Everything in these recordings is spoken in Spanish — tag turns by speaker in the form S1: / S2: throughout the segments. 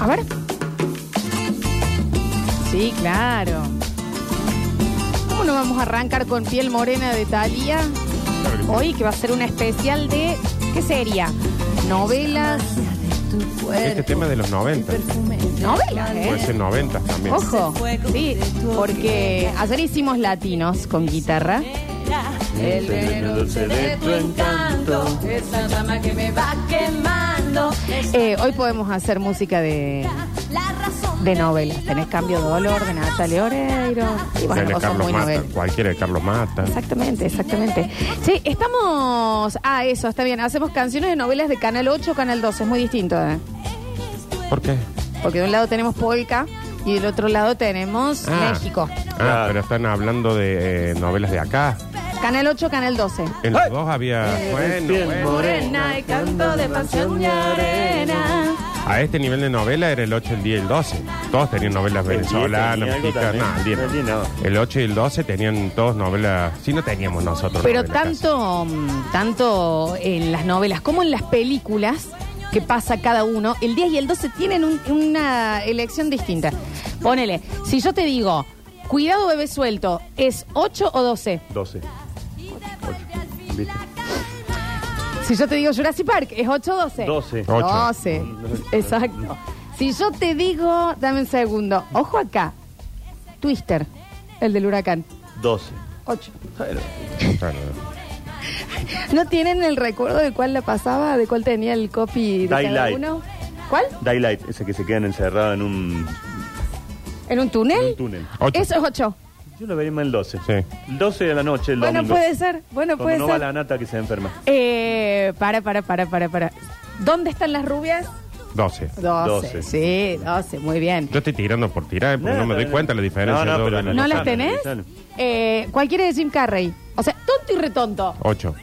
S1: A ver. Sí, claro. ¿Cómo no vamos a arrancar con piel morena de Thalía?
S2: Claro que sí.
S1: Hoy que va a ser una especial de. ¿Qué sería? Novelas.
S2: Este tema es de los 90.
S1: Novelas, ¿eh?
S2: Puede ser 90 también.
S1: Ojo. Sí, porque ayer hicimos latinos con guitarra.
S3: El veneno dulce de tu encanto, esa llama que me va quemando.
S1: Eh, hoy podemos hacer música de,
S3: La razón
S1: de novelas. Tenés Cambio de Dolor de Natalia Oreiro. Y bueno,
S2: Tiene
S1: cosas
S2: Carlos
S1: muy
S2: Mata,
S1: novelas.
S2: cualquiera de Carlos Mata.
S1: Exactamente, exactamente. Sí, estamos. Ah, eso, está bien. Hacemos canciones de novelas de Canal 8 o Canal 12. Es muy distinto, ¿eh?
S2: ¿Por qué?
S1: Porque de un lado tenemos Polka y del otro lado tenemos
S2: Ah.
S1: México.
S2: Ah,
S4: Claro.
S2: pero están hablando de eh, novelas de acá.
S1: Canal 8, Canal 12.
S2: En los
S4: ¡Ay!
S2: dos había. Bueno,
S4: piel
S2: bueno.
S1: Morena, el canto de pasión y arena.
S2: A este nivel de novela era el 8, el 10 y el 12. Todos tenían novelas
S4: El 10 tenía
S2: venezolanas,
S4: algo
S2: mexicanas.
S4: también.
S2: No, el 10 no.
S4: El 10 no.
S2: El 8 y el 12 tenían todos novelas. Sí, no teníamos nosotros.
S1: Pero
S2: novelas casi.
S1: tanto, mm, tanto en las novelas como en las películas que pasa cada uno, el 10 y el 12 tienen un- una elección distinta. Ponele, si yo te digo, cuidado bebé suelto, ¿es 8 o 12?
S4: 12. ¿Viste?
S1: Si yo te digo Jurassic Park, ¿es 8 o 12?
S4: 12.
S2: 8.
S1: 12, exacto. Si yo te digo, dame un segundo, ojo acá, Twister, el del huracán,
S4: 12.
S1: 8.
S4: Claro.
S2: Claro.
S1: ¿No tienen el recuerdo de cuál la pasaba, de cuál tenía el copy de cada
S4: Daylight.
S1: uno? ¿Cuál?
S4: Daylight, ese que se quedan encerrados en un,
S1: ¿En un
S4: en
S1: túnel?
S4: un túnel.
S2: Ocho.
S1: Eso es 8.
S4: Yo lo vería más el 12.
S2: Sí.
S4: El 12 de la noche, el
S1: Bueno,
S4: domingo.
S1: puede ser. Bueno,
S4: Cuando
S1: puede
S4: no va
S1: ser.
S4: la nata que se enferma.
S1: Eh, para, para, para, para, para. ¿Dónde están las rubias?
S2: 12.
S1: 12.
S4: Doce.
S1: Sí, 12. Muy bien.
S2: Yo estoy tirando por tirar, porque no, me doy cuenta la diferencia.
S4: No, no, pero
S1: ¿No
S4: no
S1: las
S4: sale,
S1: tenés?
S4: no sale.
S1: Eh, cualquiera de Jim Carrey. O sea, tonto y retonto.
S2: 8.
S1: 8.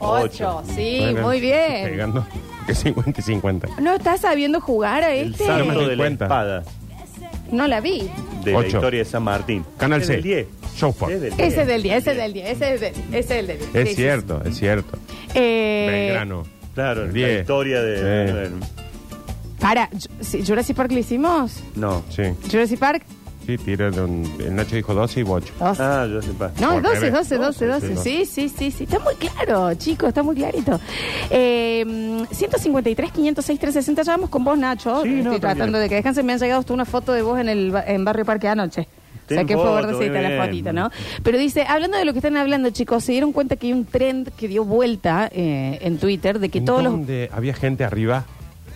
S4: Ocho.
S1: Sí, muy bien.
S2: Pegando. Que 50 y 50.
S1: ¿No estás sabiendo jugar a
S4: El
S1: este?
S2: No me
S4: salto
S2: doy
S4: de la
S2: cuenta.
S4: espada
S1: No la vi.
S4: de la
S2: Ocho.
S4: historia de San Martín.
S2: Canal
S4: Es
S2: C.
S4: del 10.
S2: Showsport.
S4: Es del 10.
S1: Ese es del 10, ese es del 10, ese es del 10. Ese es del 10.
S2: Es
S1: Sí, sí,
S2: cierto, es cierto.
S1: sí. Eh,
S2: Belgrano.
S4: Claro,
S2: El
S4: la
S2: 10.
S4: historia de...
S2: Sí.
S1: Para, ¿sí, ¿Jurassic Park lo hicimos?
S4: No.
S2: Sí,
S1: ¿Jurassic Park?
S2: sí, tiraron. El Nacho dijo 12 y 8.
S1: 12.
S4: Ah, yo sé pa.
S1: No,
S2: Por
S1: 12,
S2: revés.
S1: 12, 12, 12.
S2: Sí,
S1: Sí, sí, sí, sí. Está muy claro, chicos, está muy clarito. Eh, mm, 153, 506, 360. Ya vamos con vos, Nacho.
S4: Sí, no,
S1: Estoy
S4: tranquilo.
S1: tratando de que descansen. Me han llegado hasta una foto de vos en el ba- en Barrio Parque anoche. O sea,
S4: Ten
S1: que fue
S4: foto,
S1: verdecita
S4: muy
S1: la
S4: bien.
S1: fotito, ¿no? Pero dice, hablando de lo que están hablando, chicos, se dieron cuenta que hay un trend que dio vuelta eh, en Twitter de que todos los...
S2: ¿Dónde había gente arriba?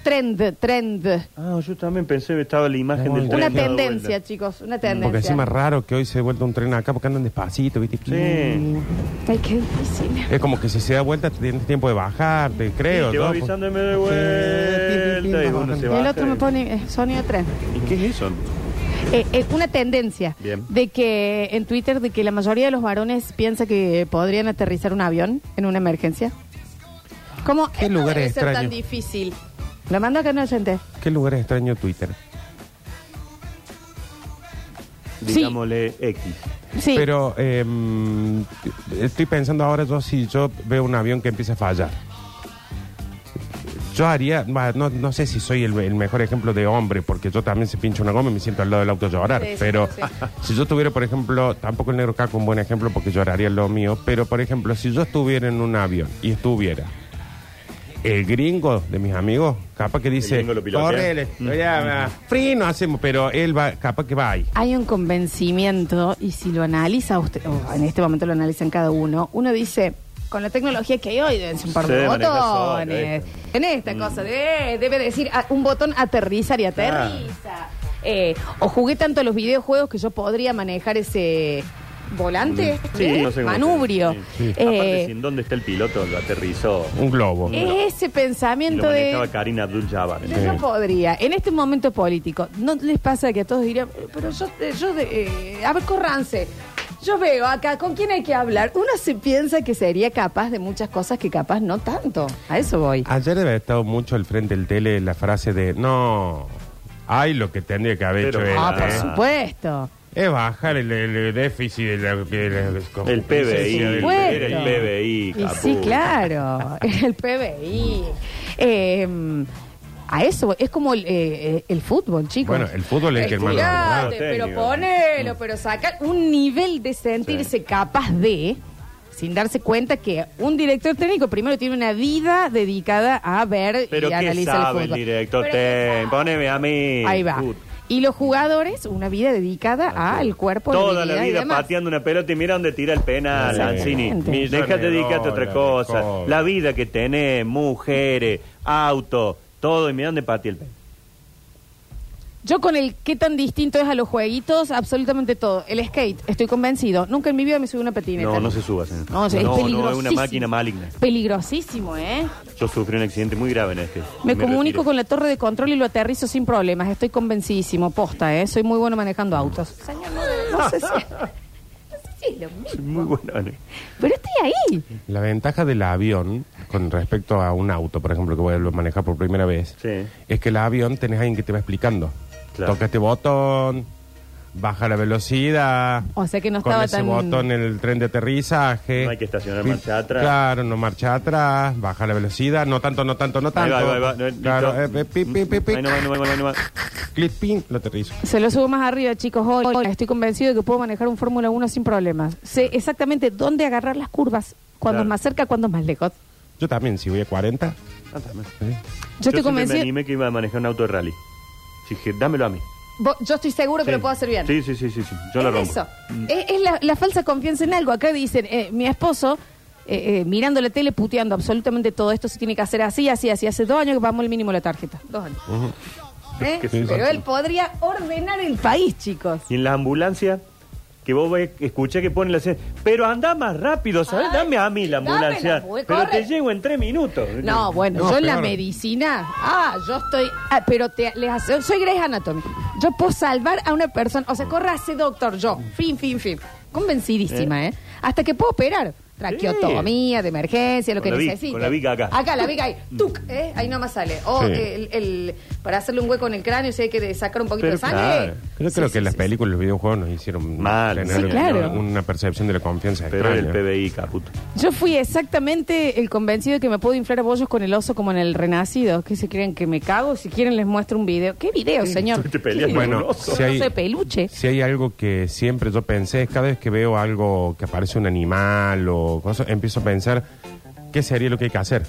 S1: Trend, trend.
S4: Ah, yo también pensé que estaba la imagen
S2: Muy
S4: del
S2: bueno.
S1: Una
S4: tren dado
S1: tendencia,
S4: vuelta.
S1: chicos, una tendencia.
S2: Porque encima es raro que hoy se vuelva un tren acá porque andan despacito, ¿viste?
S4: Sí.
S1: Ay, qué difícil.
S2: Es como que si se da vuelta tienes tiempo de bajarte, creo.
S4: te va
S2: ¿no?
S4: avisando y me doy vuelta, y uno se
S1: Y
S4: va.
S1: el
S4: Baja
S1: otro me
S4: y-
S1: pone eh, sonido tren.
S4: ¿Y qué es eso?
S1: Eh, eh, una tendencia
S4: Bien.
S1: de que en Twitter de que la mayoría de los varones piensa que podrían aterrizar un avión en una emergencia. Como
S2: Qué
S1: eh,
S2: lugar
S1: debe ser tan
S2: extraño.
S1: difícil. Lo mando acá en el oyente.
S2: ¿Qué lugar extraño Twitter?
S1: Sí.
S4: Digámosle X.
S1: Sí.
S2: Pero eh, estoy pensando ahora yo si yo veo un avión que empieza a fallar. Yo haría, bah, no, no sé si soy el, el mejor ejemplo de hombre, porque yo también se pincho una goma y me siento al lado del auto a llorar.
S1: Sí, sí,
S2: pero
S1: sí.
S2: si yo tuviera, por ejemplo, tampoco el negro caco un buen ejemplo porque lloraría lo mío, pero por ejemplo, si yo estuviera en un avión y estuviera el gringo de mis amigos, capaz que dice,
S4: gringo lo pilotea. Mm.
S2: correle, ya, freno hacemos, pero él va, capaz que va ahí.
S1: Hay un convencimiento, y si lo analiza usted, o en este momento lo analizan cada uno, uno dice, con la tecnología que hay hoy, deben ser un par
S4: Se
S1: de
S4: maneja sola,
S1: botones.
S4: ¿viste?
S1: En esta cosa, de, debe decir ah, un botón aterrizar y aterriza. Eh, o jugué tanto a los videojuegos que yo podría manejar ese volante,
S4: Mm. Sí,
S1: ¿eh?
S4: no sé cómo se
S1: manubrio.
S4: dice, sí.
S1: Eh,
S4: Aparte, sin dónde está el piloto, lo aterrizó.
S2: Un globo.
S1: ese
S4: Y lo
S1: pensamiento de...
S4: manejaba Karina Abdul-Jabbar.
S1: Yo no podría, en este momento político, ¿no les pasa que a todos dirían, "Eh, pero yo, eh, yo de- eh, a ver, corranse, yo veo acá, ¿con quién hay que hablar? Uno se piensa que sería capaz de muchas cosas que capaz no tanto, a eso voy.
S2: Ayer debe haber estado mucho al frente del tele la frase de no, hay lo que tendría que haber
S4: Pero- pues
S2: hecho él,
S1: Ah, por
S2: ¿eh?
S1: supuesto.
S2: es bajar el, el déficit de la, de la- como-
S4: El PBI.
S2: del-
S4: Era
S1: Bueno.
S4: el PBI,
S1: Y sí,
S4: capullo.
S1: claro, el PBI. Eh, A eso, voy. es como el, eh, el fútbol, chicos.
S2: Bueno, el fútbol es el que más nos
S1: Estudiate,
S4: ha dado.
S1: pero
S4: Técnico.
S1: ponelo, pero saca un nivel de sentirse capaz de, sin darse cuenta que un director técnico primero tiene una vida dedicada a ver
S4: Pero
S1: y
S4: ¿qué
S1: analizar
S4: sabe
S1: el
S4: el
S1: fútbol.
S4: director?
S1: Pero ¿qué
S4: Ten, poneme a mí.
S1: sabe? Ahí va.
S4: Puta.
S1: Y los jugadores, una vida dedicada al cuerpo.
S4: Toda la
S1: habilidad y
S4: vida
S1: demás.
S4: pateando una pelota y mira dónde tira el penal,
S1: Exactamente.
S4: Lanzini.
S1: Millones
S4: Deja
S2: de
S4: dedicarte a otra
S2: dólares,
S4: cosa.
S2: cobra.
S4: La vida que tenés, mujeres, auto, todo, y mira dónde patea el penal.
S1: Yo con el qué tan distinto es a los jueguitos, absolutamente todo. El skate, estoy convencido. Nunca en mi vida me subí a una patineta.
S4: No, no se suba, señor.
S1: No, es peligrosísimo.
S4: es una máquina maligna.
S1: Peligrosísimo, ¿eh?
S4: Yo sufrí un accidente muy grave en este.
S1: Me, comunico con la torre de control y lo aterrizo sin problemas. Estoy convencidísimo, posta, ¿eh? Soy muy bueno manejando autos. Señor, no, no sé si... no sé si es lo mismo.
S4: Muy bueno. ¿no?
S1: Pero estoy ahí.
S2: La ventaja del avión con respecto a un auto, por ejemplo, que voy a manejar por primera vez,
S4: Sí.
S2: es que el avión tenés alguien que te va explicando.
S4: Claro.
S2: Toca este botón, baja la velocidad.
S1: O sea que no
S2: con
S1: estaba
S2: ese
S1: tan-
S2: botón el tren de aterrizaje.
S4: No hay que estacionar marcha atrás.
S2: Claro, no marcha atrás, baja la velocidad, no tanto, no tanto, no
S4: Ahí
S2: tanto.
S4: va, ahí va, ahí va. No, listo.
S2: Claro, eh, eh, pi, pi, pi, pi,
S4: Ahí no va, ahí no va, ahí no va, ahí no va.
S2: clic, pin, lo aterrizo.
S1: Se lo subo más arriba, chicos. Hoy, hoy estoy convencido de que puedo manejar un Fórmula 1 sin problemas. Sé exactamente dónde agarrar las curvas. Cuando
S4: Claro.
S1: es más cerca, cuando es más lejos.
S2: Yo también, si voy a 40,
S4: Ah, está bien.
S2: ¿eh?
S1: Yo,
S4: siempre
S1: estoy
S4: Me
S1: convencido...
S4: animé que iba a manejar un auto de rally. Dije, dámelo a mí.
S1: Vos- Yo estoy seguro que
S4: Sí.
S1: lo puedo hacer bien.
S4: Sí, sí, sí, sí. sí. Yo lo
S1: es
S4: rompo.
S1: eso. Es, es la, la falsa confianza en algo. Acá dicen, eh, mi esposo, eh, eh, mirando la tele, puteando absolutamente todo esto, se tiene que hacer así, así, así. Hace dos años que pagamos el mínimo la tarjeta. Dos años. ¿Eh?
S4: Que sí,
S1: Pero
S4: sí.
S1: él podría ordenar el país, chicos.
S4: Y en la ambulancia, que vos ves- escuché que ponen la señal, pero anda más rápido, ¿sabes?
S1: Ay,
S4: Dame a mí la
S1: dame
S4: ambulancia.
S1: la ambul-
S4: pero
S1: corre.
S4: te llego en tres minutos.
S1: No, bueno,
S2: No,
S1: yo en la
S2: peor.
S1: medicina, ah, yo estoy, ah, pero te, les hace, soy Grey's Anatomy. Yo puedo salvar a una persona, o sea, corrase doctor, yo, fin, fin, fin. Convencidísima, ¿eh? Hasta que puedo operar. Traqueotomía, de emergencia, lo
S4: Con
S1: que
S4: la vi-
S1: necesite.
S4: con la viga acá. Mm.
S1: Acá, la viga ahí, tuc, ¿eh? Ahí nomás sale. O
S2: Sí.
S1: el, el- para hacerle un hueco en el cráneo, si hay que de- sacar un poquito
S4: Pero
S1: de sangre.
S4: claro.
S2: Creo,
S1: Sí,
S2: creo
S1: sí,
S2: que las
S1: sí,
S2: películas y los videojuegos nos hicieron
S4: Mal,
S2: tener
S1: sí, claro.
S2: una percepción de la confianza
S4: Pero era el
S2: extraña.
S4: PBI, caputo.
S1: Yo fui exactamente el convencido de que me puedo inflar a bollos con el oso como en el renacido. ¿Qué se creen que me cago? Si quieren les muestro un video. ¿Qué video, señor?
S4: Tú te peleas
S1: ¿Qué
S4: con
S1: video?
S4: un
S2: Bueno,
S4: oso.
S1: Un
S2: si hay,
S1: oso de peluche.
S2: si hay algo que siempre yo pensé, es cada vez que veo algo que aparece un animal o cosas, empiezo a pensar, ¿qué sería lo que hay que hacer?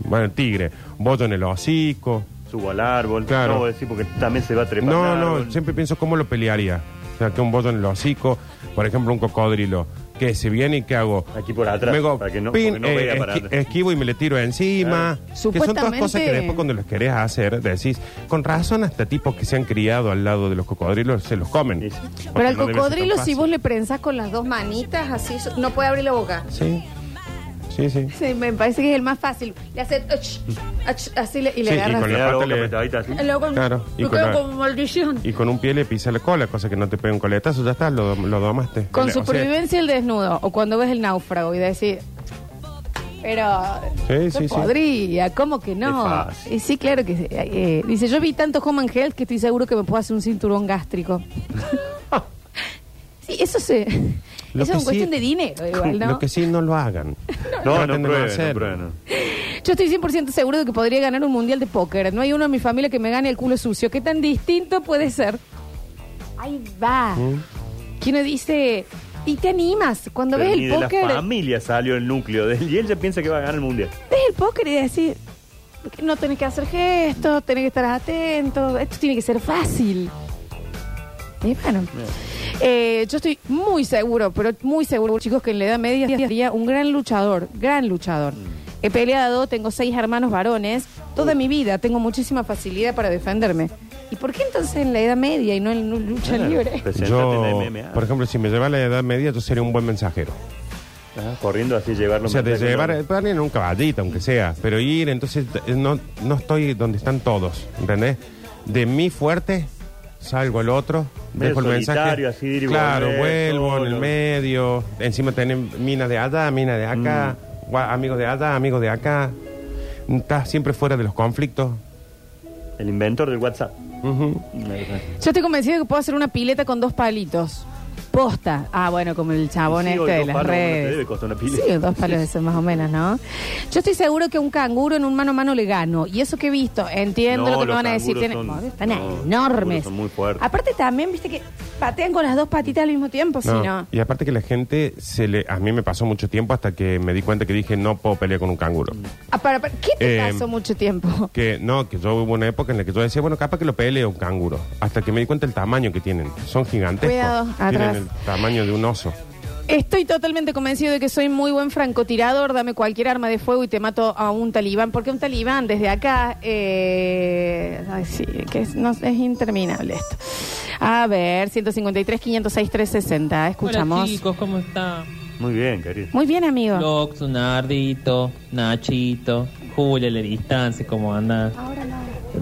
S2: Bueno, tigre, bollo en el hocico.
S4: Subo al árbol,
S2: Claro.
S4: no voy a decir porque también se va a trepar.
S2: No,
S4: al árbol.
S2: no, siempre pienso cómo lo pelearía. O sea, que un bollo en el hocico, por ejemplo, un cocodrilo. que se viene y qué hago?
S4: Aquí por atrás,
S2: Me hago
S4: para que no-
S2: pin, eh,
S4: porque no vea para
S2: esqui-
S4: atrás.
S2: esquivo y me le tiro encima. Que son todas
S1: Supuestamente-
S2: cosas que después cuando los querés hacer, decís, con razón hasta tipos que se han criado al lado de los cocodrilos se los comen.
S4: Sí, sí.
S1: Pero
S2: Porque
S1: al
S2: no debe ser tan
S1: cocodrilo, si
S2: fácil.
S1: vos le prensás con las dos manitas, así, so- no puede abrir la boca.
S2: Sí, sí, sí.
S1: Sí, me parece que es el más fácil. Le hace ach, ach, así le- y le
S2: Sí, y
S1: agarras.
S2: con
S4: Me
S2: la
S4: da la
S2: parte
S4: boca
S2: le-
S4: apretadita así.
S1: Luego,
S2: Claro, y
S1: lo
S2: con
S1: quedo
S2: la-
S1: como maldición.
S2: Y con un pie le pisa la cola, cosa que no te pega un coletazo, ya está, lo, lo domaste.
S1: Con
S2: O sea,
S1: supervivencia el desnudo, o cuando ves el náufrago y decís, pero
S2: Sí,
S1: yo
S2: sí, sí.
S1: podría, ¿cómo que
S4: Es
S1: no?
S4: fácil.
S1: Y sí, claro que sí. Eh, dice, yo vi tanto Home and Health que estoy seguro que me puedo hacer un cinturón gástrico. sí, eso se... eso
S2: Lo que
S1: es una
S2: sí-
S1: cuestión de dinero igual, ¿no?
S2: Lo que sí, no lo hagan.
S4: No, no
S2: Traten de
S4: prueben, no
S2: hacerlo.
S4: prueben, no.
S1: Yo estoy 100% seguro de que podría ganar un mundial de póker. No hay uno en mi familia que me gane el culo sucio. ¿Qué tan distinto puede ser? Ahí va.
S2: Mm.
S1: Que uno dice, y te animas cuando
S4: Pero
S1: ves
S4: ni
S1: el
S4: de la
S1: póker.
S4: familia salió el núcleo. de él, y él ya piensa que va a ganar el mundial.
S1: ves el póker y decís, no tenés que hacer gestos, tenés que estar atento, esto tiene que ser fácil. Y bueno, eh, yo estoy muy seguro, pero muy seguro, chicos, que en la edad media sería un gran luchador, gran luchador. He peleado, tengo seis hermanos varones, toda mi vida tengo muchísima facilidad para defenderme. ¿Y por qué entonces en la edad media y no en la lucha libre?
S4: Presentate
S2: Yo,
S4: en la MMA.
S2: por ejemplo, si me lleva a la edad media, yo sería un buen mensajero.
S4: Ajá, Ah, corriendo así, llevarlo.
S2: O sea, de
S4: mentalmente.
S2: llevar van en un caballito, aunque sea, pero ir, entonces eh, no, no estoy donde están todos, ¿entendés? De mí fuerte salgo al otro,
S4: Medio
S2: dejo el mensaje.
S4: solitario, así, ir y
S2: claro,
S4: volver,
S2: vuelvo en
S4: solo.
S2: el medio, encima tienen minas de allá, minas de acá,
S4: Mm.
S2: gua- amigos de allá, amigos de acá. Estás siempre fuera de los conflictos.
S4: El inventor del WhatsApp.
S2: Ujú.
S1: Yo estoy convencido de que puedo hacer una pileta con dos palitos. Posta. Ah, bueno, como el chabón
S4: Sí,
S1: este
S4: hoy
S1: de
S4: dos
S1: las
S4: palos,
S1: redes.
S4: bueno, te debe costar una pila.
S1: Sí, dos palos de esos más o menos, ¿no? Yo estoy seguro que a un canguro en un mano a mano le gano. Y eso que he visto, entiendo
S4: No,
S1: lo que me
S4: los
S1: van a decir.
S4: canguros
S1: Tienen-
S4: son-
S1: Madre, están
S4: no,
S1: enormes.
S4: los canguros son muy fuertes.
S1: Aparte también, viste que patean con las dos patitas al mismo tiempo, si
S2: No,
S1: no.
S2: Y aparte que la gente se le. A mí me pasó mucho tiempo hasta que me di cuenta que dije no puedo pelear con un canguro.
S4: Mm.
S1: Ah, para- para- ¿Qué te
S2: Eh,
S1: pasó mucho tiempo?
S2: Que no, que yo hubo una época en la que yo decía, bueno, capaz que lo peleo un canguro. Hasta que me di cuenta el tamaño que tienen. Son gigantescos.
S1: Cuidado, atrás.
S2: Tienen el tamaño de un oso.
S1: Estoy totalmente convencido de que soy muy buen francotirador. Dame cualquier arma de fuego y te mato a un talibán. Porque un talibán desde acá. eh, ay, sí, que es, no, es interminable esto. A ver, 153, 506, 360. Escuchamos.
S5: Hola chicos, ¿cómo está?
S4: Muy bien, querido.
S1: Muy bien, amigo.
S5: Lox, Nardito, Nachito, Julia, la distancia, ¿cómo anda?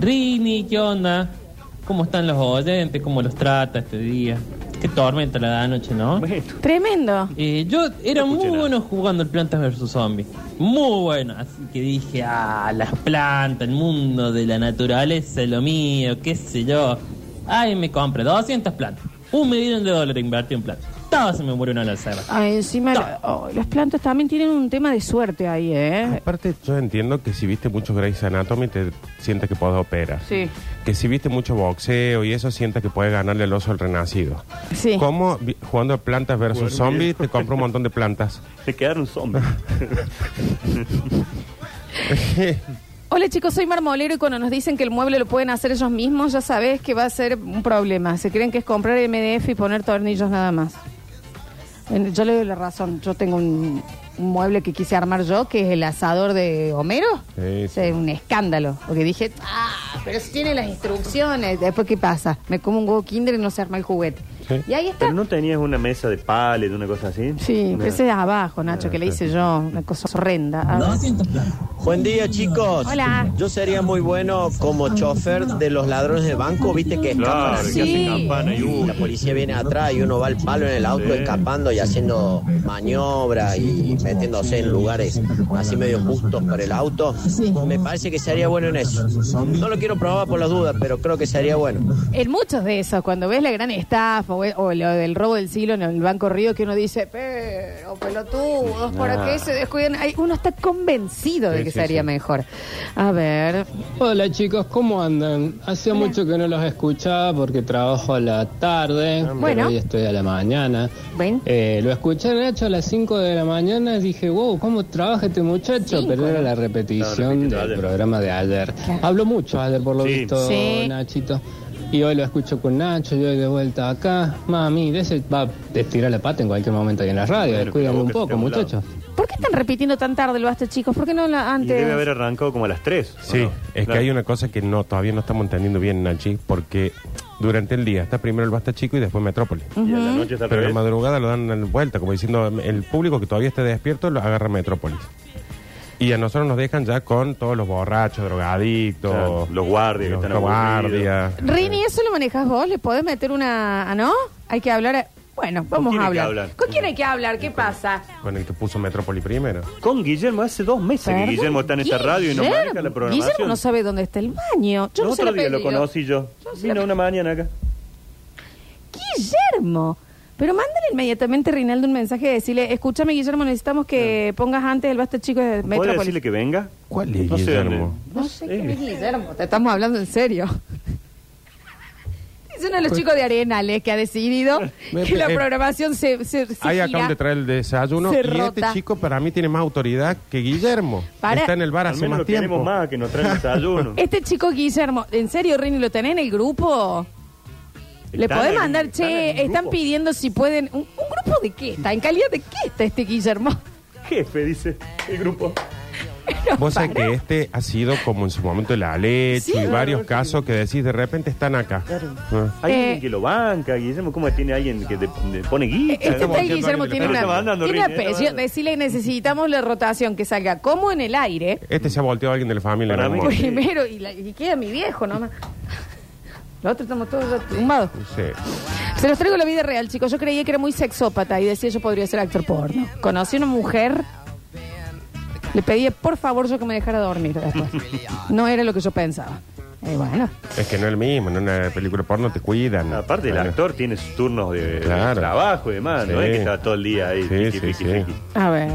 S5: Rini, ¿qué onda? ¿Cómo están los oyentes? ¿Cómo los trata este día? Qué tormenta la da anoche, ¿no?
S4: Bueno,
S1: Tremendo.
S5: Eh, yo era muy
S4: nada.
S5: bueno jugando el Plantas vs Zombies. Muy bueno. Así que dije, ah, las plantas, el mundo de la naturaleza, lo mío, qué sé yo. Ay, me compré 200 plantas. Un millón de dólares invertí en plantas. Todas se me murió una lazada.
S1: Ah, encima,
S5: No.
S1: la- oh, las plantas también tienen un tema de suerte ahí, ¿eh?
S2: Aparte, yo entiendo que si viste mucho Grey's Anatomy, te sientas que podés operar.
S1: Sí.
S2: Que si viste mucho boxeo y eso, sientas que puedes ganarle al oso al renacido.
S1: Sí.
S2: ¿Cómo vi- jugando a plantas versus
S4: Bueno,
S2: zombies te
S4: bien.
S2: compro un montón de plantas?
S4: se quedaron zombies.
S1: Hola chicos, soy marmolero y cuando nos dicen que el mueble lo pueden hacer ellos mismos, ya sabes que va a ser un problema. Se creen que es comprar MDF y poner tornillos nada más. En- Yo le doy la razón. Yo tengo un, un mueble que quise armar yo, que es el asador de Homero.
S2: Sí,
S1: Es un escándalo. Porque dije, ah, pero si tiene las instrucciones. Después, ¿qué pasa? Me como un huevo kinder y no se arma el juguete.
S2: Sí.
S1: Y ahí está.
S4: Pero no tenías una mesa de palet, una cosa así.
S1: Sí,
S4: Una-
S1: pero ese es abajo,
S4: Ah,
S1: Nacho, que le hice yo. Una cosa horrenda. A ver.
S6: Buen día, chicos.
S1: Hola.
S6: Yo sería muy bueno como chofer de los ladrones de banco, viste que escapan.
S4: Claro,
S1: Sí.
S4: que hacen campana y
S6: Y la
S4: uh,
S6: policía viene atrás y uno va al palo en el auto escapando y haciendo maniobras y metiéndose en lugares así medio justos por el auto. Me parece que sería bueno en eso. No lo quiero probar por las dudas, pero creo que sería bueno.
S1: En muchos de esos, cuando ves la gran estafa o, o lo del robo del siglo en el Banco Río, que uno dice, pero pelotudos, ¿para qué se descuidan? Ay, uno está convencido de
S2: Sí,
S1: que
S2: sí,
S1: sería
S2: sí.
S1: mejor. A ver,
S7: Hola chicos, ¿cómo andan? Hace mucho que no los escuchaba porque trabajo a la tarde, pero
S1: Ah, Bueno.
S7: hoy estoy a la mañana.
S1: ven.
S7: Eh, lo escuché a Nacho a las 5 de la mañana y dije, wow, ¿cómo trabaja este muchacho?
S1: Cinco,
S7: Pero era
S1: ¿no?
S7: la
S4: No,
S7: repetición
S4: repitiendo
S7: del
S4: ayer.
S7: programa de ayer.
S1: Claro.
S7: Habló mucho ayer por lo
S4: Sí.
S7: visto,
S1: Sí.
S7: Nachito. Y hoy lo escucho con Nacho, y hoy de vuelta acá. Mami, de ese va a estirar la pata en cualquier momento ahí en la radio.
S4: Bueno,
S7: Cuídame
S4: pero
S7: un
S4: que
S7: poco,
S4: esté a un lado.
S7: muchachos.
S1: ¿Por qué están repitiendo tan tarde el basta, chicos? ¿Por qué no la-
S4: Y
S1: antes?
S4: debe haber arrancado como a las 3.
S2: Sí, es que hay una cosa que no todavía no estamos entendiendo bien, Nachi, porque durante el día está primero el Basta Chico y después Metrópolis.
S4: Y a la noche está al
S2: Pero en la
S4: revés.
S2: madrugada lo dan en vuelta, como diciendo el público que todavía esté despierto lo agarra Metrópolis. Y a nosotros nos dejan ya con todos los borrachos, drogadictos,
S4: Claro, los guardias que
S2: los
S4: están
S2: guardias.
S1: Rini, ¿eso lo manejas vos? ¿Le podés meter una... ¿Ah, no? Hay que hablar... a- Bueno, vamos
S4: quién
S1: a
S4: hay que
S1: hablar.
S4: hablar?
S1: ¿Con quién hay que hablar? ¿Qué pasa?
S2: Con el que puso Metrópolis primero.
S4: Con Guillermo hace dos meses que
S1: Perdón,
S4: Guillermo está en esta
S1: Guillermo.
S4: radio y nos maneja la programación.
S1: Guillermo no sabe dónde está el baño. Yo
S4: El
S1: no se lo
S4: otro
S1: he
S4: día lo
S1: pedido.
S4: conocí yo.
S1: Yo se
S4: Vino
S1: la-
S4: una mañana acá.
S1: Guillermo. Pero mándale inmediatamente, Rinaldo, un mensaje y decirle, escúchame, Guillermo, necesitamos que pongas antes el basta chico de
S4: ¿Puede
S1: Metrópolis.
S4: decirle que venga?
S2: ¿Cuál es
S4: No sé
S2: Guillermo?
S4: dónde.
S1: No sé
S4: Sí.
S1: quién es Guillermo, te estamos hablando en serio. Es uno de los
S4: Pues-
S1: chicos de Arenales que ha decidido
S2: Me-
S1: que la
S2: eh,
S1: programación se, se, se
S2: Ahí
S1: gira.
S2: acaban de traer el desayuno
S1: Se
S2: y
S1: rota.
S2: este chico para mí tiene más autoridad que Guillermo.
S1: Para.
S2: Está en el bar
S4: Al
S2: hace más
S4: menos lo tenemos
S2: tiempo.
S4: más que nos traen desayuno.
S1: Este chico Guillermo, ¿en serio, Rini, lo tenés en el grupo? Le
S4: ¿Están
S1: podés
S4: en-
S1: mandar, che,
S4: en el
S1: están
S4: grupo?
S1: pidiendo si pueden. ¿Un, un grupo de qué está? ¿En calidad de qué está este Guillermo?
S4: Jefe, dice el grupo.
S2: Vos sabés que este ha sido como en su momento la leche
S1: Sí.
S2: y varios casos que decís de repente están acá. Ah.
S4: Hay
S1: Eh.
S4: alguien que lo banca, Guillermo. ¿Cómo tiene alguien que te, te pone guita?
S1: Este
S2: Estamos
S1: tal
S2: haciendo
S1: Guillermo
S2: algo
S1: tiene
S4: ilegal. Está
S1: una,
S4: mandando,
S1: tiene
S4: Rini,
S1: una
S4: está
S1: presión.
S4: mandando.
S1: Decirle necesitamos la rotación que salga como en el aire,
S4: Eh,
S2: Este se ha volteado a alguien de la familia. en
S4: Para
S2: algún
S4: mí
S2: momento.
S4: Sí.
S1: primero, y, la- y queda mi viejo nomás. Los otros estamos todos tumbados.
S2: Sí.
S1: Se los traigo la vida real, chicos. Yo creía que era muy sexópata y decía yo podría ser actor porno. Conocí a una mujer, le pedí por favor yo que me dejara dormir después. No era lo que yo pensaba. Eh, bueno.
S2: Es que no es lo mismo, en una película porno te cuidan.
S4: Aparte, el
S2: Bueno.
S4: actor tiene sus turnos de, de
S2: Claro.
S4: trabajo y demás, no
S2: Sí.
S4: es que está todo el día ahí.
S2: Sí, sí, sí.
S1: A ver.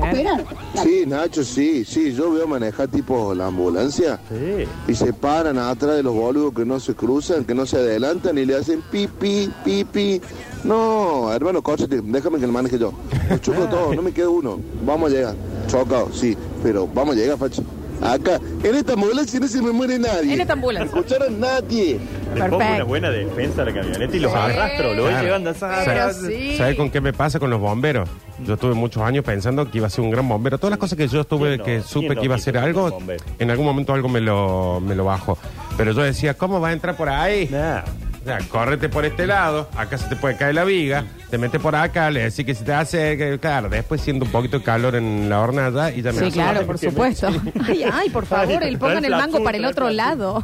S8: Sí, Nacho, sí, sí, yo veo manejar tipo la ambulancia
S4: Sí.
S8: y se paran atrás de los boludos que no se cruzan, que no se adelantan y le hacen pipi, pipi. No, hermano, cóchate, déjame que lo maneje yo. Los choco todo, no me queda uno. Vamos a llegar. Chocado, sí, pero vamos a llegar, Facho. Acá, en esta ambulancia no se me muere nadie.
S1: En esta ambulancia.
S8: ¿Me escucharon nadie.
S4: Le pongo
S1: Perfecto.
S4: una buena defensa a la camioneta y los arrastro, lo voy
S2: Claro.
S4: llevando a esa-
S1: Pero sí.
S2: ¿Sabes con qué me pasa con los bomberos? Yo tuve muchos años pensando que iba a ser un gran bombero. Todas las cosas que yo estuve,
S4: ¿Quién no?
S2: que
S4: ¿Quién
S2: supe
S4: no
S2: que iba a
S4: quiso
S2: ser
S4: ser un
S2: algo,
S4: bombero?
S2: en algún momento algo me lo, me lo bajó. Pero yo decía, ¿cómo va a entrar por ahí?
S4: Nah.
S2: O sea, córrete por este lado, acá se te puede caer la viga, te metes por acá, le decís que se te hace, claro, después siento un poquito de calor en la hornalla y ya me
S1: Sí,
S2: hace
S1: claro,
S2: mal.
S1: por supuesto. Ay, ay, por favor,
S4: Ay,
S1: el pongan el
S4: la
S1: mango
S4: puta,
S1: para el
S4: la
S1: otro
S4: puta.
S1: lado.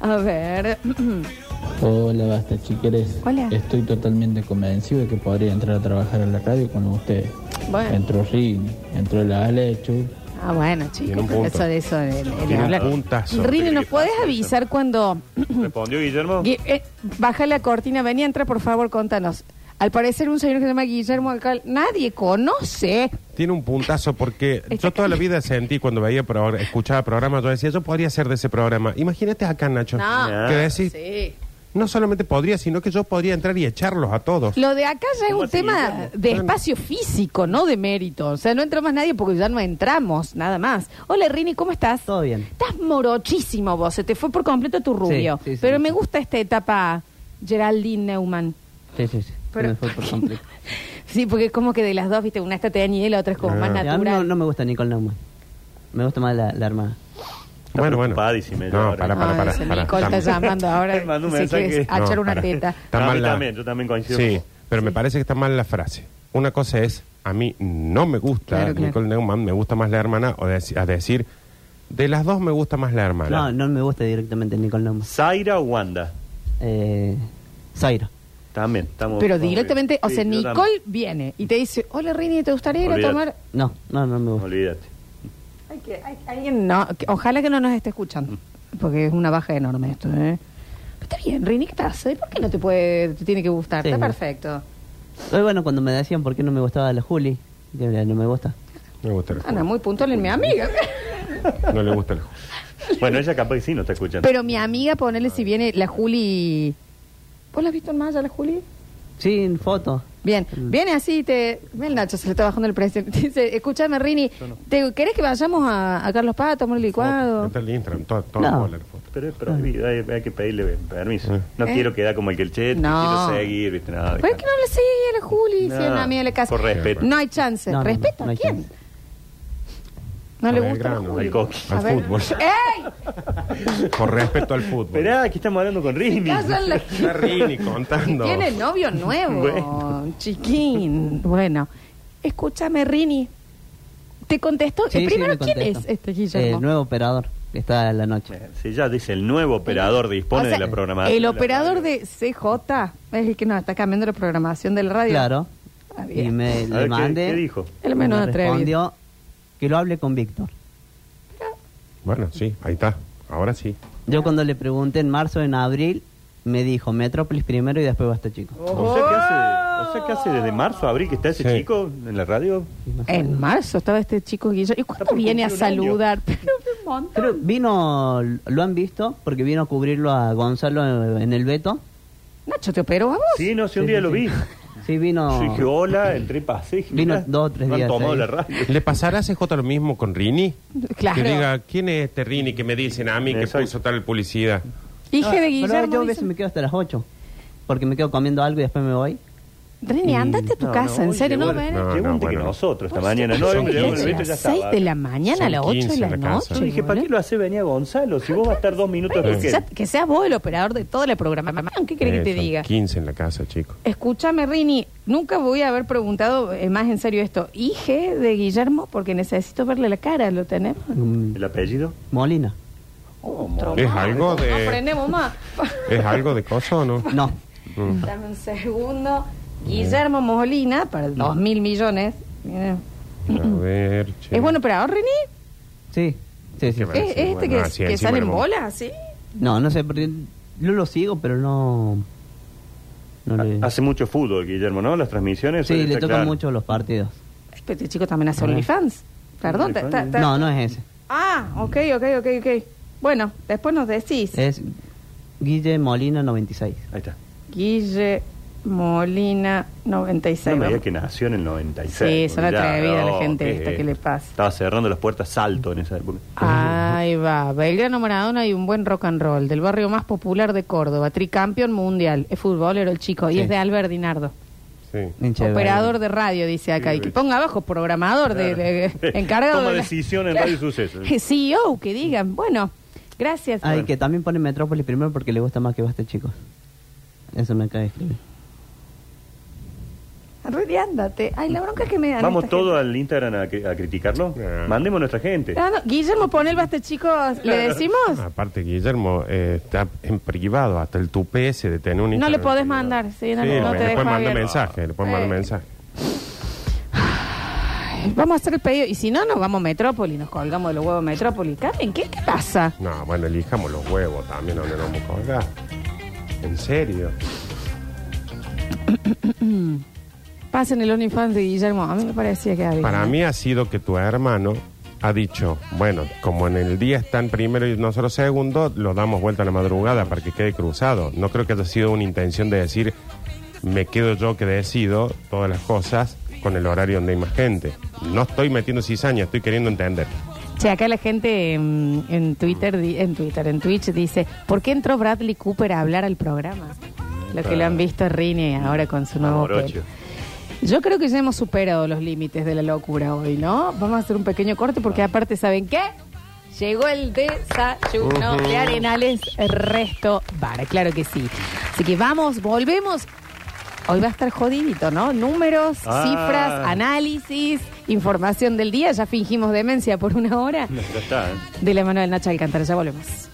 S1: A ver.
S9: Hola, basta, chiqueres.
S1: Hola.
S9: Estoy totalmente convencido de que podría entrar a trabajar a la radio con ustedes.
S1: Bueno.
S9: Entró Rin, entró la Alechu.
S1: Ah, bueno, chicos,
S2: Tiene un
S1: pero
S2: punto.
S1: eso de eso de, de- de
S2: Tiene un
S1: hablar.
S2: puntazo.
S1: Rini, ¿nos
S4: ¿Qué
S1: podés
S4: pasa?
S1: avisar cuando
S4: ¿Respondió Guillermo?
S1: Gui- eh, baja la cortina, ven y entra, por favor, contanos. Al parecer un señor que se llama Guillermo Alcal, nadie conoce.
S2: Tiene un puntazo porque yo toda la vida sentí cuando veía pro- escuchaba programas, yo decía, yo podría ser de ese programa. Imagínate acá, Nacho.
S1: No.
S2: Que decís,
S1: Sí.
S2: no solamente podría, sino que yo podría entrar y echarlos a todos.
S1: Lo de acá ya es
S4: ¿Cómo
S1: un
S4: así,
S1: tema
S4: Guillermo?
S1: de espacio físico, no de mérito. O sea, no entra más nadie porque ya no entramos, nada más. Hola Rini, ¿cómo estás?
S10: Todo bien.
S1: Estás morochísimo vos, se te fue por completo tu rubio.
S10: sí, sí,
S1: Pero
S10: sí.
S1: me gusta esta etapa, Geraldine Neumann.
S10: Sí, sí, sí.
S1: Pero-
S10: Pero fue por completo.
S1: Sí, porque es como que de las dos, viste, una está teñida y la otra es como más
S10: A mí no,
S1: natural.
S10: no me gusta Nicole Neumann. Me gusta más la, la armada.
S2: bueno, bueno.
S4: preocupadísima ella
S2: No,
S4: ahora.
S2: para, para,
S1: Ay,
S2: para.
S1: ese
S2: para.
S1: Nicole está
S2: Está-
S1: llamando ahora.
S4: Me mandó un
S1: se
S4: mensaje
S1: quiere
S4: que-
S2: no,
S1: achar una
S2: para.
S1: teta.
S2: Está
S4: No, a
S2: mal
S4: mí
S2: la-
S4: también, yo también coincido
S2: Sí,
S4: con vos.
S2: pero me parece que está mal la frase. Una cosa es, a mí no me gusta
S1: Claro, claro.
S2: Nicole Neumann, me gusta más la hermana, o deci- a decir, de las dos me gusta más la hermana.
S10: No, no me gusta directamente Nicole Neumann.
S4: Zaira o Wanda.
S10: Eh, Zaira.
S4: También, estamos.
S1: Pero
S4: estamos bien.
S1: directamente, o
S4: Sí,
S1: sea,
S4: yo
S1: Nicole
S4: también.
S1: viene y te dice, hola Rini, ¿te gustaría ir a
S4: Olvídate.
S1: tomar?
S10: No, no, no me gusta.
S4: Olvídate.
S1: Hay que- hay- alguien no, que- ojalá que no nos esté escuchando,
S4: Mm.
S1: porque es una baja enorme esto, ¿eh? Pero está bien, Rini, ¿qué pasa? ¿Y por qué no te puede, te tiene que gustar?
S10: Sí.
S1: Está perfecto.
S10: Hoy, bueno, cuando me decían por qué no me gustaba la Juli, yo le- no me gusta.
S2: Me gusta el
S1: Ana, Ah, muy puntual en mi amiga.
S2: No le gusta el juego.
S4: Bueno, ella capaz que sí no está escuchando.
S1: Pero mi amiga, ponele si viene la Juli... ¿Vos la has visto en Maya, la Juli?
S10: Sí, en foto.
S1: Bien,
S4: Mm.
S1: viene así y te... Ve el Nacho, se le está bajando el precio. Dice, escúchame, Rini, ¿te, ¿querés que vayamos a, a Carlos Paz a tomar el licuado?
S2: Está el Instagram, todo, todo
S10: No.
S2: el bola, la foto.
S4: Pero es prohibido, hay, hay que pedirle
S10: Ah.
S4: permiso. No
S1: ¿Eh?
S4: quiero quedar como el que el che,
S1: No.
S4: no. quiero seguir, viste, nada.
S1: Pero es que no le sigue a la Juli, si
S4: No,
S1: es una amiga de la casa.
S4: por respeto.
S1: No hay chance.
S10: No, no,
S1: ¿Respeto
S10: no
S1: a
S10: hay
S1: quién?
S10: chance.
S1: No le
S2: Al
S1: gusta la
S2: grano,
S1: Juli.
S4: al coqui.
S1: A
S2: Al
S1: ver.
S2: fútbol.
S1: ¡Ey!
S2: Por respeto al fútbol.
S4: Esperá, aquí estamos hablando con Rini.
S1: Casan la-
S2: Está Rini contando.
S1: Tiene novio nuevo,
S4: Bueno.
S1: chiquín. Bueno, escúchame, Rini. ¿Te contestó?
S10: Sí,
S1: Eh,
S10: sí,
S1: Primero,
S10: me
S1: ¿quién es
S10: contesta.
S1: este
S10: Eh,
S1: Guillermo?
S10: El nuevo operador. que Está en la noche.
S4: Si ya dice el nuevo operador
S1: O
S4: dispone
S1: sea,
S4: de la programación.
S1: El operador de CJ es el que nos está cambiando la programación del radio.
S10: Claro.
S1: Está bien.
S10: Y me
S4: A
S10: le
S4: ver, ¿qué-
S10: mandé.
S4: ¿qué, dijo?
S1: El menos
S10: me
S1: atrevido.
S10: respondió que lo hable con Víctor.
S2: Bueno, sí, ahí está. Ahora sí.
S10: Yo cuando le pregunté en marzo, en abril, me dijo Metrópolis primero y después Basta Chico.
S4: O sea, que hace, o sea que
S1: Oh.
S4: hace desde marzo a abril que está ese
S2: Sí.
S4: chico en la radio.
S1: En marzo estaba este chico Guillermo. ¿Y cuándo
S4: por
S1: viene a
S4: cumplir un año.
S1: saludar? Pero un montón.
S10: Pero vino, lo han visto, porque vino a cubrirlo a Gonzalo en el Beto.
S1: Nacho, ¿te operó a vos?
S4: Sí, no sé, un
S10: Sí,
S4: día
S10: sí,
S4: lo
S10: sí.
S4: vi.
S10: Sí, vino.
S4: Yo dije, hola, entré, pasé. dije,
S10: Vino
S4: mirá,
S10: dos o tres
S4: no han
S10: días
S4: tomado
S10: ahí.
S4: la radio.
S2: ¿Le pasará a CJ lo mismo con Rini?
S1: Claro.
S2: Que diga, ¿quién es este Rini que me dicen a mí que
S4: Exacto.
S2: puso tal publicidad?
S1: Hija
S10: No,
S1: de
S10: Pero yo
S1: Guillermo.
S10: a veces
S1: dice,
S10: me quedo hasta las 8, porque me quedo comiendo algo y después me voy.
S1: Rini, andate a tu
S4: No,
S1: casa,
S4: no,
S1: en
S4: hoy
S1: serio, no,
S4: llegó-
S1: ven.
S2: No,
S4: Llegó
S2: no,
S4: antes que
S2: bueno.
S4: nosotros esta mañana. No,
S1: Son
S4: Llegó el
S1: quince
S4: evento
S1: a
S4: y ya
S1: las 6
S4: estaba.
S1: de la mañana, a
S2: Son
S1: las 8 de
S2: 15
S1: la
S2: a la casa.
S1: noche.
S4: Yo dije, ¿para qué lo hace venía Gonzalo? Si vos vas a estar dos minutos
S1: Bueno,
S4: porque-
S1: ya- que seas vos el operador de todo el programa. ¿Qué crees
S2: Eh,
S1: que te
S2: son
S1: diga?
S2: 15 en la casa, chico.
S1: Escúchame, Rini, nunca voy a haber preguntado eh, más en serio esto. Hije de Guillermo, porque necesito verle la cara, ¿lo tenemos?
S10: Mm,
S4: ¿El apellido?
S10: Molina.
S2: ¿Es algo
S1: No
S2: de,
S1: frenemos más.
S2: ¿Es algo de cosa o no? Mm.
S10: No.
S1: Dame un segundo. Guillermo Molina, para dos mil millones. Mira.
S2: A ver, che.
S1: ¿Es bueno operador, Rini?
S10: Sí, sí,
S1: ¿Es,
S2: Qué Sí,
S10: sí.
S1: es este
S2: bueno,
S1: que,
S2: así
S1: que
S2: encima
S1: sale en
S2: lo-
S1: bola, sí?
S10: No, no sé, porque yo lo sigo, pero no... no le-
S4: Ah,
S2: Ah,
S4: Hace mucho fútbol, Guillermo, ¿no? Las transmisiones.
S10: Sí,
S4: suelen
S10: le
S4: estar
S10: tocan
S4: claras.
S10: mucho los partidos.
S1: Este chico también
S2: Ah.
S1: hace OnlyFans. Perdón. ta- ta- ta-
S10: No, no es ese.
S1: Ah, ok, ok, ok, ok. Bueno, después nos decís.
S10: Es Guille Molina 96.
S4: Ahí está.
S1: Guille Molina, 96.
S4: No me digas
S1: vamos.
S4: que nació en el 96.
S1: Sí, son
S4: olvidá,
S1: atrevidas la
S4: no,
S1: gente
S4: ¿qué
S1: esta,
S4: es
S1: ¿qué le
S4: esto?
S1: pasa? Ah,
S4: Estaba cerrando las puertas salto en esa época.
S1: Ahí va. Belgrano Maradona y un buen rock and roll. Del barrio más popular de Córdoba. Tricampeón mundial. Es futbolero el chico. Y
S10: Sí.
S1: es de Albert Dinardo.
S2: Sí.
S10: Hincha de
S1: Operador
S10: Belgrano.
S1: de radio, dice acá. Y que ponga abajo programador de, de- encargado
S4: Toma
S1: de la-
S4: decisión en Radio Suceso. ¿eh?
S1: CEO, que digan. Bueno, gracias.
S10: Ay, que también pone Metrópolis primero porque le gusta más que Basta, chicos. Eso me acaba de escribir.
S1: Rudy, ándate. Ay, la bronca que me dan.
S4: Vamos
S1: esta
S4: todos
S1: gente.
S4: al Instagram a, cri- a criticarlo.
S2: No.
S4: Mandemos a nuestra gente.
S1: Ah, no, Guillermo, pon el basta, chicos. ¿Le
S4: Ah,
S1: decimos?
S2: Aparte, Guillermo eh, está en privado, hasta el tupé ese de tener
S1: No
S2: un
S1: le
S2: Instagram
S1: podés
S2: privado.
S1: mandar, sí, no, no
S2: Sí, le
S1: te dejo
S2: pueden mandar
S1: abierto.
S2: mensaje, le pueden
S1: Eh.
S2: mandar mensaje.
S1: Ay, Vamos a hacer el pedido. Y si no, nos vamos a Metrópoli. Nos colgamos de los huevos de Metrópoli. Carmen, ¿qué, qué pasa?
S2: No, bueno, elijamos los huevos también, donde nos vamos a colgar. En serio.
S1: Pasen el OnlyFans de Guillermo. A mí me parecía que había.
S2: Para mí ha sido que tu hermano ha dicho, bueno, como en el día están primero y nosotros segundo, lo damos vuelta a la madrugada para que quede cruzado. No creo que haya sido una intención de decir, me quedo yo que decido todas las cosas con el horario donde hay más gente. No estoy metiendo cizaña, estoy queriendo entender.
S1: Che, acá la gente mm, en, Twitter, di- en Twitter, en Twitch dice, ¿por qué entró Bradley Cooper a hablar al programa? Lo que lo han visto a Rini ahora con su nuevo
S4: Ah. Amorocho.
S1: pelo. Yo creo que ya hemos superado los límites de la locura hoy, ¿no? Vamos a hacer un pequeño corte porque
S4: Ah.
S1: aparte, ¿saben qué? Llegó el desayuno de Arenales Resto Bar, claro que sí. Así que vamos, volvemos. Hoy va a estar jodidito, ¿no? Números,
S4: Ah.
S1: cifras, análisis, información del día. Ya fingimos demencia por una hora.
S4: Ya está. ¿eh?
S1: De la mano del Nacho Alcántara, ya volvemos.